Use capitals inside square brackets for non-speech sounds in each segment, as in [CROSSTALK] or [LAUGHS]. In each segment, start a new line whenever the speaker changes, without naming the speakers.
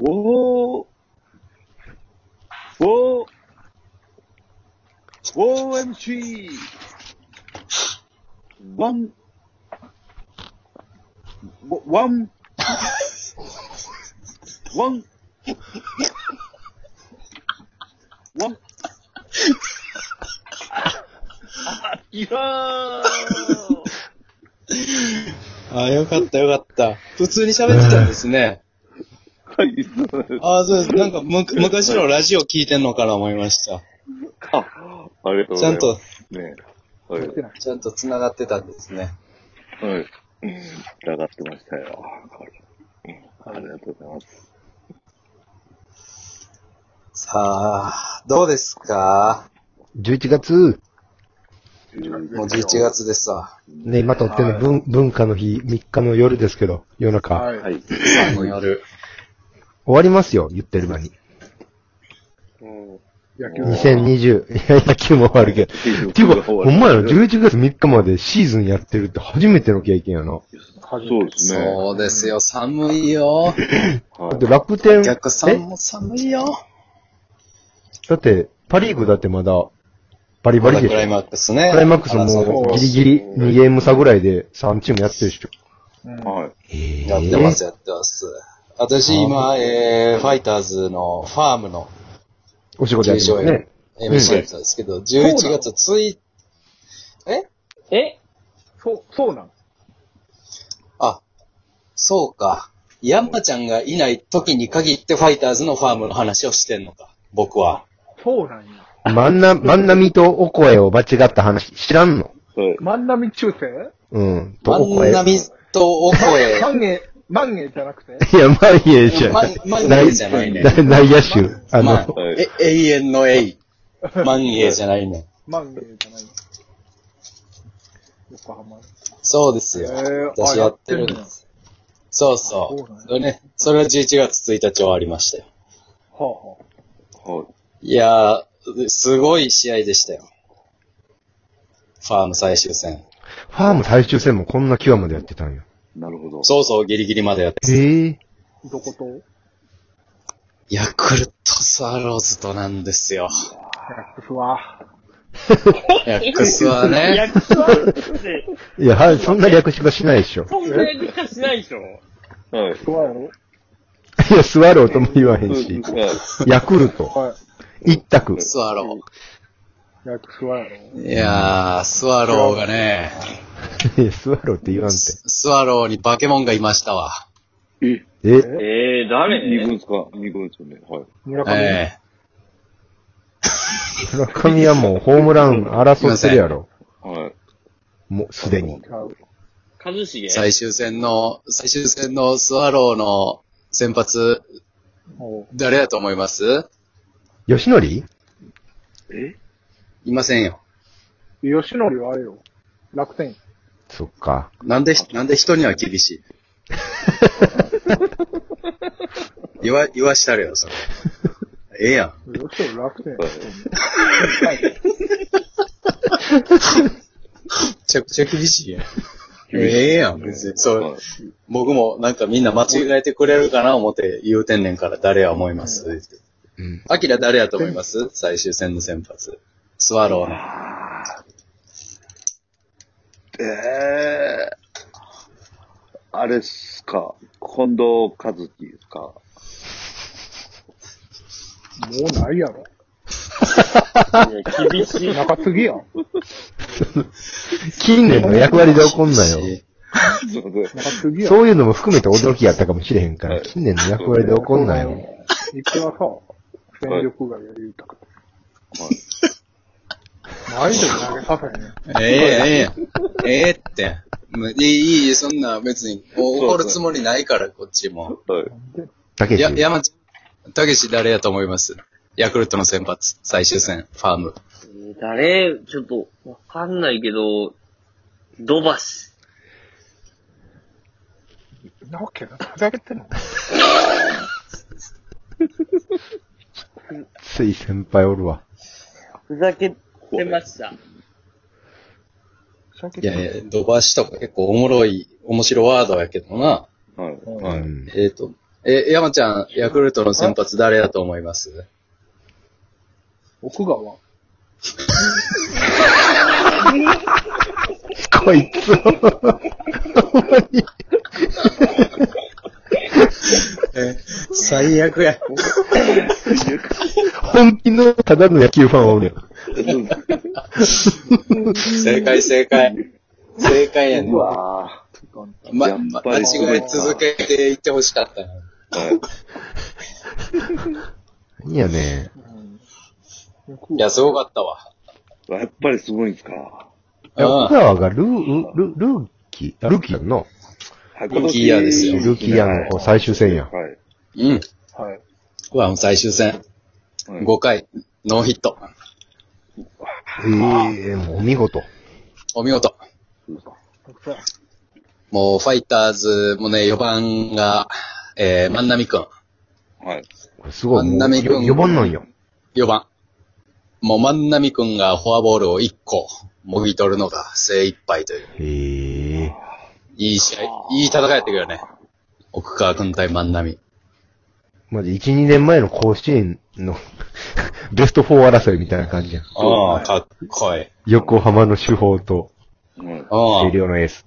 おーおー OMG! ワン、ワン、ワン、ワン、いやー
ああ、よかったよかった。普通に喋ってたんですね。
はい、そうです
ああ、そうです。なんかむ、昔のラジオ聞いてんのかな思いました。
あ、ありがとうご
ち
ざ
ゃ
い
ん
ます。
と、
ね。はい。
ちゃんと繋がってたんですね。
はい。うん。繋がってましたよ。うんありがとうございます。
さあ、どうですか
11月、
もう11月ですわ。
ね、今撮ってるの文文化の日、3日の夜ですけど、夜中。
はい。
はい。
今の夜。
終わりますよ、言ってる間に。
野球
おー
2020。いや、野球も終わ
[LAUGHS]
るけど。っていうか、ほんまやろ、11月3日までシーズンやってるって初めての経験やな。
初
そう
め
で
て。
すね。
そうですよ、寒いよ。
だ
は
って楽天、
お客さん
え
も寒いよ。
だって、パリーグだってまだ、バリバリでし
クライ
ょ。
マックスね。
クライマックス
争
も
う
ギリギリ2ゲーム差ぐらいで3チームやってるでしょ。
い。はい。
え
やってます、やってます。私今、えー、ファイターズのファームの
お仕事やってますね。
MC やってたんですけど、11月1日、え
えそう、そうなん
あ、そうか。山ちゃんがいない時に限ってファイターズのファームの話をしてんのか、僕は。
そうなんや。
万な、万波とお声を間違った話、知らんの
はい。
万波中世
うん。とお
万
声。
波とお声。
万栄、万栄じゃなくて
いや、マイエじゃ [LAUGHS] ない。
まマイエじゃないね
内内野手。あの、
まあ
はい、
え、永遠の永。万永じゃないね。
万栄じゃない。横浜。
そうですよ。
へーあ
私やってるん
やってん
で
ね
す。そう
あ
そ
そうなんや
う。それね、それは11月1日終わりましたよ。
はあはあ。
はい
やー、すごい試合でしたよ。ファーム最終戦。
ファーム最終戦もこんな際までやってたんや。
い。なるほど。
そうそうギリギリまでやってた。
へえ。
どこと
ヤクルトスワローズとなんですよ。
早くすわ。
ヤックスはね、
役所って、
いや、はい、そんな略しかしないでしょ。
[LAUGHS] そんなやり方しないでしょ。
はい。
すわやろ
いや、スワローとも言わへん
そう
し。
です
ヤクルト、
は
一択。
スワロ
い。早くすわやろ
ー。いやー、スワローがね、
いやスワローって言わんて。
ススワローにバケモンがいましたわ。
え、
え、
えー、
二軍
誰
ですか二軍ですよね。はい。
村上。
ええ
村上はもうホームラン争ってるやろ。
はい。
もうすでに。
違う。
一茂
最終戦の、最終戦のスワローの先発、
おう
誰やと思います
吉典
いませんよ。
吉典はあれよ。楽天。
そっか。
なんで、なんで人には厳しい [LAUGHS] 言わ、言わしたるよ、それ。ええやん。
吉典楽天。
めちゃくちゃ厳しいやん。ええやん、別に。そ
は
う
い。
僕もなんかみんな間違えてくれるかな思って言うてんねんから誰や思います
うん。
アキラ誰やと思います最終戦の先発。スワローの。
えー、あれっすか。近藤和樹ですか。
もうないやろ。
厳しい。
中継ぎやん。
近年の役割で起こんな
すい
よ。
ません。
中継ぎやん。
そういうのも含めて驚きやったかもしれへんから、近年の役割で起こんなよ。
いくらさ、戦力外より豊か。ないで投げさせへん。
ええやんええやんええって。もういい、いい、そんな別に怒るつもりないから、こっちも。
はい。
たけし
や、。山ちゃん、たけし誰やと思いますヤクルトの先発、最終戦、ファーム。
誰、ちょっと、わかんないけど、ドバシ。
なわけない。ふざけてんの
つい先輩おるわ。
ふざけてました。
ふざけ
い
てん
や
の
いや、ドバシとか結構おもろい、面白ワードやけどな。
はい。
うん。
えっ、と、え、山ちゃん、ヤクルトの先発誰だと思います
奥川。
こいつを。ほんまに
え、最悪や。
本気のただの野球ファンはおるよ。
正解、正解。正解やね
う。わ
ま、
やっ
ま
ぱ
間
りすご
違
い
い続けていってほしかったな。
ぁ。はい
何やね
いや、すごかったわ。
やっぱりすごいんすか。
ん。
うん
奥川がルー、ル、ルーキー、ルーキーやんの
はい
ルーキーイヤーですよ
ルーキーやんの最終戦やん。
はい。
うん。
はい。
ワン最終戦。
はい
5回、ノーヒット。
ええもうお見事。
お見事。もう、ファイターズもね、4番が、えー、万波くん。
はい。
これすごい。も
万
う
波君
4番なんよ。
4番。もう万波くんがフォアボールを1個、もぎ取るのが精一杯という。
へえ。
いい試合、いい戦いやってくるよね。奥川くん対万波。
まじ1、2年前の甲子園の [LAUGHS] ベスト4争いみたいな感じやん。
ああ、かっこいい。
横浜の主砲と、
うん
あ
星
あ、
稜のエース、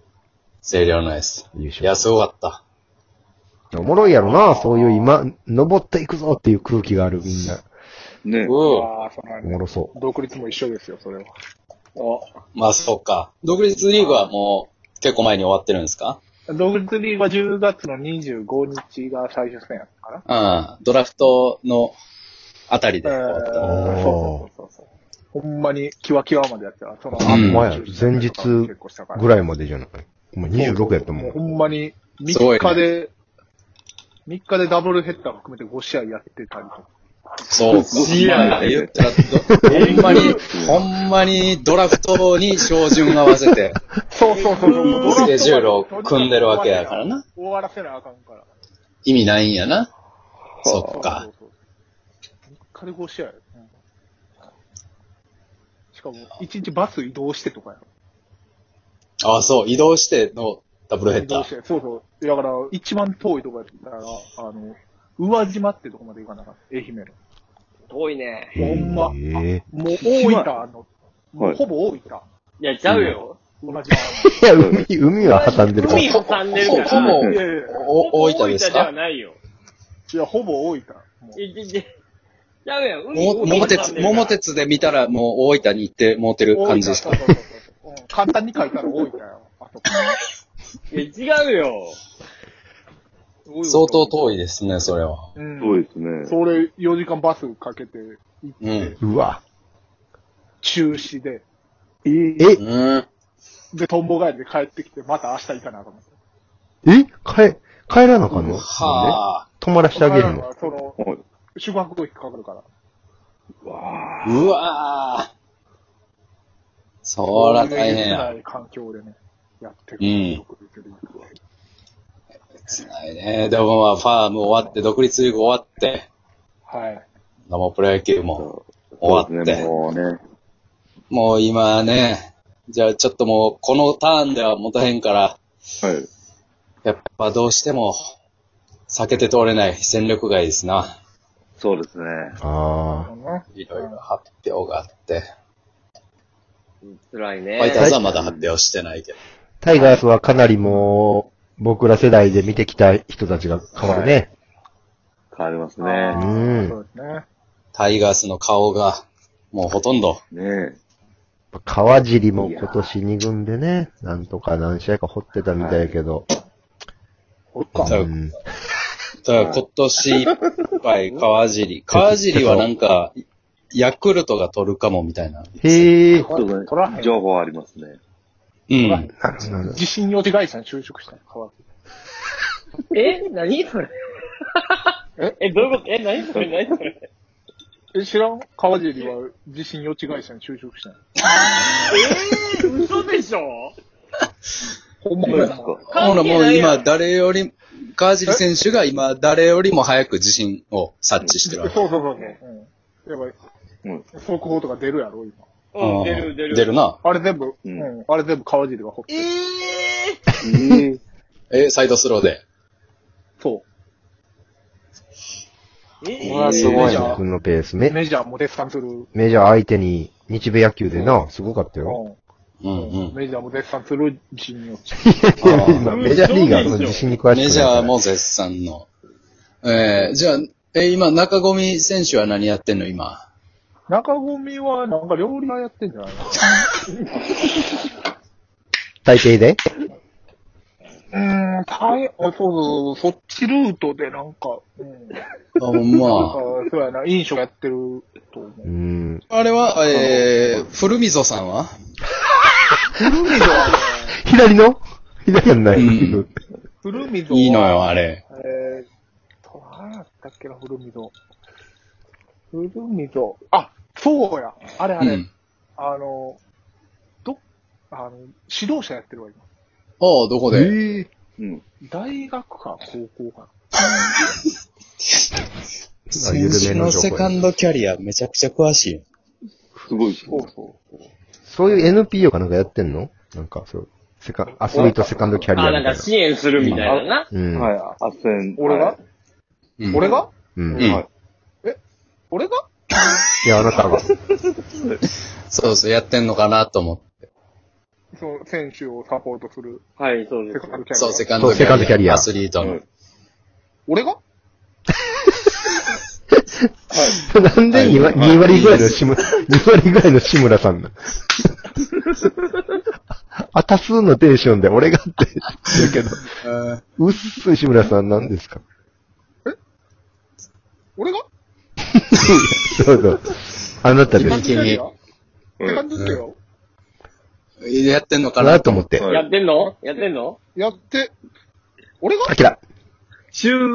清涼のエース。
優
いや、
勝。
すごかった。
おもろいやろな、そういう今、登っていくぞっていう空気があるみんな。
ね
う
ああ、その
おもろそ
独立も一緒ですよ、それは。
ん。まあ、そうか。独立リーグはもう、結構前に終わってるんですか
独立リーグは10月の25日が最終戦やったか
うん。ドラフトのあたりで。
な。えーそうそうそうそうそう。ほんまに、キワキワまでやってた。その
う。あ、
うん
んまや、前日ぐ
らい
らいまでじゃない。お前26やったも
うほ
ん。
んまに、3日で、3日でダブルヘッダーも含めて5試合やってたりとか。
そう。
いや
言ったら、どほんまに、ほんまにドラフトに照準合わせて、
そう [LAUGHS] そうそうそう。
スケジュールを組んでるわけやからな。
終わらせなあかんから。
意味ないんやな。そっか
そう。そうそう。3日で5試合。うんしかも、1日バス移動してとかやろ。
あ、そう。移動してのダブルヘ
移
ッ
動
ダ
し
ー。
て。そうそう。だから、一番遠いとこやったら、あの、宇和島ってとこまで行かなあかった。愛媛の。
遠いね。
ほんま
へえ。
もう大分の、も
は
う
い
ほぼ大分。
いや、ちゃうよ。
宇和島。
いや、海、海は挟んでるから。
海挟んでるか
ほ
ら。
ぼ
いやいやいや。
お、大分です
大分では
か
ないよ。
いや、ほぼ大分。もう
いやいやいやちゃうやん。海
も桃鉄、桃。鉄で見たらもう大分に行って持ってる感じしか
多い。なそうそうそうそううん簡単に書いたら多いからよ。あそこ
海挟んでるからいや、違うよ。
相当遠いですね、それは。
うん
そうですね。
それ、4時間バスかけて、
うん。
うわ。
中止で、
え、
うん。
で、トンボ帰りで帰ってきて、また明日行かなあかんと思って。
え帰、帰らなあかんの
はあ。
泊まらしてあげるの。
その、
はい。
宿泊費かかるから。
わ
うわあ。そら大変
な
や。
い環境でね、やって
うん
る。
つないね。でもまあ、ファーム終わって、独立リーグ終わって、
はい。
生プロ野球も
ぁ。
終わっ
そうで
て。
すね、もうね。
もう今ね、じゃあちょっともうこのターンでは持たへんから、
はい。
やっぱどうしても避けて通れない戦力外ですな。
そうですね。
ああ。
いろいろ発表があって。
辛い
ファイター
ね。
ズはまだ発表してないけど。
タイガースはかなりもう、僕ら世代で見てきた人たちが変わるね。
変わります
あ
ね。
うん
ーそうですね。
タイガースの顔がもうほとんど、
ね
川尻も今年2軍でね、なんとか何試合か掘ってたみたいやけど。
おっか。
うん。
だから今年いっぱい川尻。 [LAUGHS] 川尻はなんか、ヤクルトが取るかもみたいな。
へえ。
ちょっ
取らへ
とね、
ん
情報ありますね。
うん。
なるほどなるほど。
地震予知会社に就職したの、川崎
え何それ
え
[LAUGHS] え、どういうことえ、何それ何それ
え、知らん川尻は地震予知会社に就職したの。
えー、嘘でしょ
ほんま
そうで
や
す
な
か。。
ほらもう今
関
誰より、川尻選手が今誰よりも早く地震を察知してるわけ。
そうそうそうそう。うん。やっぱ
うん。
り、速報とか出るやろ、今。
[LAUGHS] うん出る出る。
出る。な。
あれ全部、
う
うんん、あれ全部川尻が掘っ
え
てる。
ー
え
え、サイドスローで。
そえ
うわすごいな
メジャ
君のペース。メ
ー、メジャーも絶賛する。
メジャー相手に、日米野球でな、すごかったよ。
うん
う
うん
ん。メジャーも絶賛する自信を。
[LAUGHS] 今、メジャーリーガーの自信に詳しくない
メジャーも絶賛の。えー、じゃあ、えー今、中込選手は何やってんの今。
中込はなんか料理屋やってんじゃないの
大抵で
うーん、大変、あそうそうそう、そっちルートでなんか、うん、なん
あ、
か、
ほんま。
そうやな、飲食やってると思
う
う。
ん。
あれは、えー、古溝さんは
古溝はね、
左の左やんない。
うん
古溝はい
いのよ、あれ。
えーっと、何やったっけな、古溝。古溝。あ、そうや。あれあ
う
れ。
ん。
あの、ど、あの、指導者やってるわ、今。
おうどこ
え
で
ー
うん。
大学か、高校か。
選手のセカンドキャリアめちゃくちゃ詳しいよ。
[LAUGHS] すごいです
そ
ね
う。そう。
[LAUGHS] そういう NPO かなんかやってんのなんか、そう。セカン、アスリートセカンドキャリア
あ、
みた
ないん
な
か。支援するみたいなな。
うん。
はい、あっせん。
俺が
はい
うん
俺が
うん。
うん
い
はい
俺が
や、あなたが。
そうそう、やってんのかなと思って。
その選手をサポートする
はい、そうで
セ
す。
カンドキャリア。
そう、セカンドキャリア。
そうセカンドキャリア
アスリートの。
俺が
なんで2
は
割
い
二割ぐらいの志村、2割ぐらいの志村さんなの [LAUGHS] あ、多数のテンションで俺がって言うけど、
うん
うっすい志村さんなんですか
俺が
そうそう。あなたで
セカ
今
す。
ンドキャリア
うん
セカンドキャリア、
やってんの
か
か
な
な
と
と
思
思っ
って。
はい
やってんのやってんの
やって、俺が
あきら。
シュー